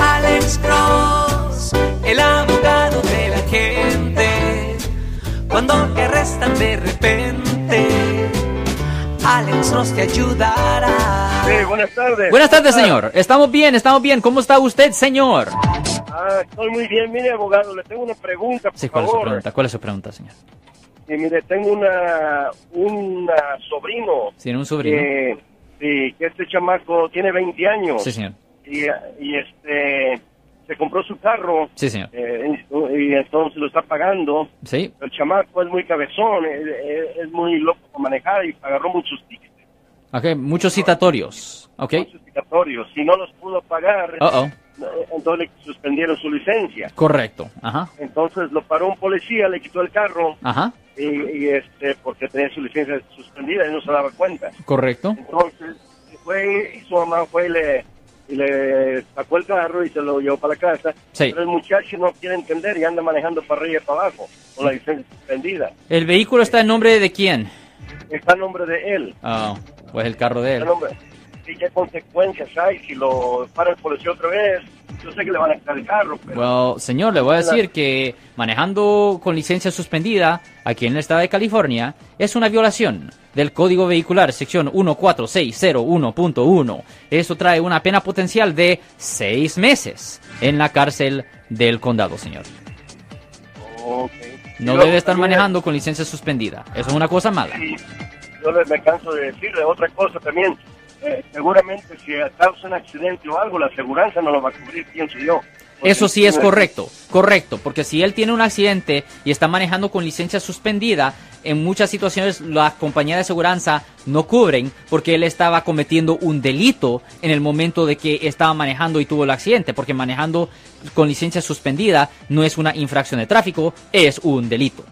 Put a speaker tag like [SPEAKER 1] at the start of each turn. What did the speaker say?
[SPEAKER 1] Alex Cross, el abogado de la gente. Cuando te arrestan de repente, Alex Cross te ayudará.
[SPEAKER 2] Sí, buenas tardes.
[SPEAKER 3] Buenas tardes, señor. Estamos bien, estamos bien. ¿Cómo está usted, señor?
[SPEAKER 2] Ah, estoy muy bien. Mire, abogado, le tengo una pregunta, por
[SPEAKER 3] Sí, ¿cuál es su
[SPEAKER 2] favor.
[SPEAKER 3] pregunta? ¿Cuál es su pregunta, señor?
[SPEAKER 2] Y mire, tengo una, una sobrino.
[SPEAKER 3] ¿Tiene un sobrino?
[SPEAKER 2] Que, sí, que este chamaco tiene 20 años.
[SPEAKER 3] Sí, señor.
[SPEAKER 2] Y, y este, se compró su carro.
[SPEAKER 3] Sí, señor.
[SPEAKER 2] eh, y entonces lo está pagando.
[SPEAKER 3] Sí.
[SPEAKER 2] El chamaco es muy cabezón, es, es- es muy loco para manejar y agarró muchos tickets,
[SPEAKER 3] Ok, muchos citatorios. Ok.
[SPEAKER 2] muchos ticatorios. Si no los pudo pagar,
[SPEAKER 3] Uh-oh.
[SPEAKER 2] eh, entonces le suspendieron su licencia.
[SPEAKER 3] Correcto. Ajá.
[SPEAKER 2] Entonces lo paró un policía, le quitó el carro
[SPEAKER 3] Ajá.
[SPEAKER 2] y, y, este porque tenía su licencia suspendida y no se daba cuenta.
[SPEAKER 3] Correcto.
[SPEAKER 2] Entonces fue y su mamá fue y le, y le sacó el carro y se lo llevó para la casa.
[SPEAKER 3] Sí.
[SPEAKER 2] Pero el muchacho no quiere entender y anda manejando para arriba y para abajo con la licencia suspendida.
[SPEAKER 3] ¿El vehículo está en nombre de quién?
[SPEAKER 2] Está a nombre de él.
[SPEAKER 3] Ah, pues el carro de él.
[SPEAKER 2] Bueno, hombre, ¿Y qué consecuencias hay si lo para el policía otra vez? Yo sé que le van a quitar el carro, pero
[SPEAKER 3] Well, señor, le voy a decir que manejando con licencia suspendida aquí en el estado de California es una violación del Código Vehicular, sección 14601.1. Eso trae una pena potencial de seis meses en la cárcel del condado, señor.
[SPEAKER 2] Ok. Y
[SPEAKER 3] No
[SPEAKER 2] luego
[SPEAKER 3] debe estar
[SPEAKER 2] también,
[SPEAKER 3] manejando con licencia suspendida. Eso es una cosa mala.
[SPEAKER 2] y Yo le- me canso de decirle otra cosa también. Eh, seguramente si causa un accidente o algo, la aseguranza no lo va a cubrir, pienso yo. Porque
[SPEAKER 3] Eso sí es
[SPEAKER 2] tiene-
[SPEAKER 3] correcto, correcto, porque si él tiene un accidente y está manejando con licencia suspendida, en muchas situaciones las compañías de aseguranza no cubren porque él estaba cometiendo un delito en el momento de que estaba manejando y tuvo el accidente, porque manejando con licencia suspendida no es una infracción de tráfico, es un delito.